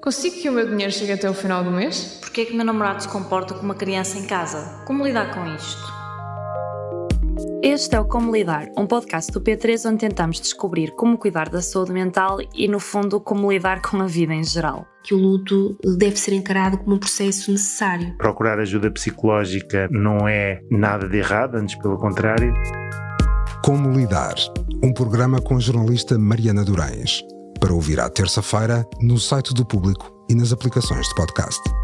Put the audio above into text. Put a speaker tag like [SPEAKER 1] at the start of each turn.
[SPEAKER 1] Consigo que o meu dinheiro chegue até o final do mês?
[SPEAKER 2] Porquê é que meu namorado se comporta como uma criança em casa? Como lidar com isto? Este é o Como Lidar, um podcast do P3 onde tentamos descobrir como cuidar da saúde mental e, no fundo, como lidar com a vida em geral.
[SPEAKER 3] que o luto deve ser encarado como um processo necessário.
[SPEAKER 4] Procurar ajuda psicológica não é nada de errado, antes pelo contrário.
[SPEAKER 5] Como Lidar, um programa com a jornalista Mariana Durães. Para ouvir à terça-feira, no site do Público e nas aplicações de podcast.